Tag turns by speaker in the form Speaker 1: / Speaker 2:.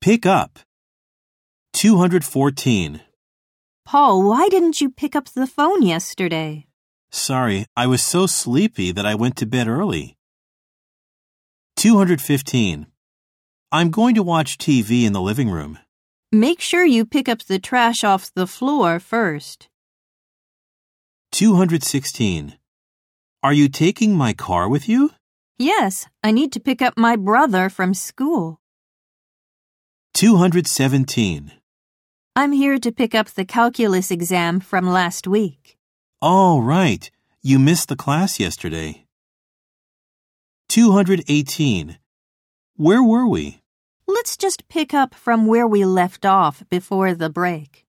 Speaker 1: Pick up. 214.
Speaker 2: Paul, why didn't you pick up the phone yesterday?
Speaker 1: Sorry, I was so sleepy that I went to bed early. 215. I'm going to watch TV in the living room.
Speaker 2: Make sure you pick up the trash off the floor first.
Speaker 1: 216. Are you taking my car with you?
Speaker 2: Yes, I need to pick up my brother from school.
Speaker 1: 217.
Speaker 2: I'm here to pick up the calculus exam from last week.
Speaker 1: All right, you missed the class yesterday. 218. Where were we?
Speaker 2: Let's just pick up from where we left off before the break.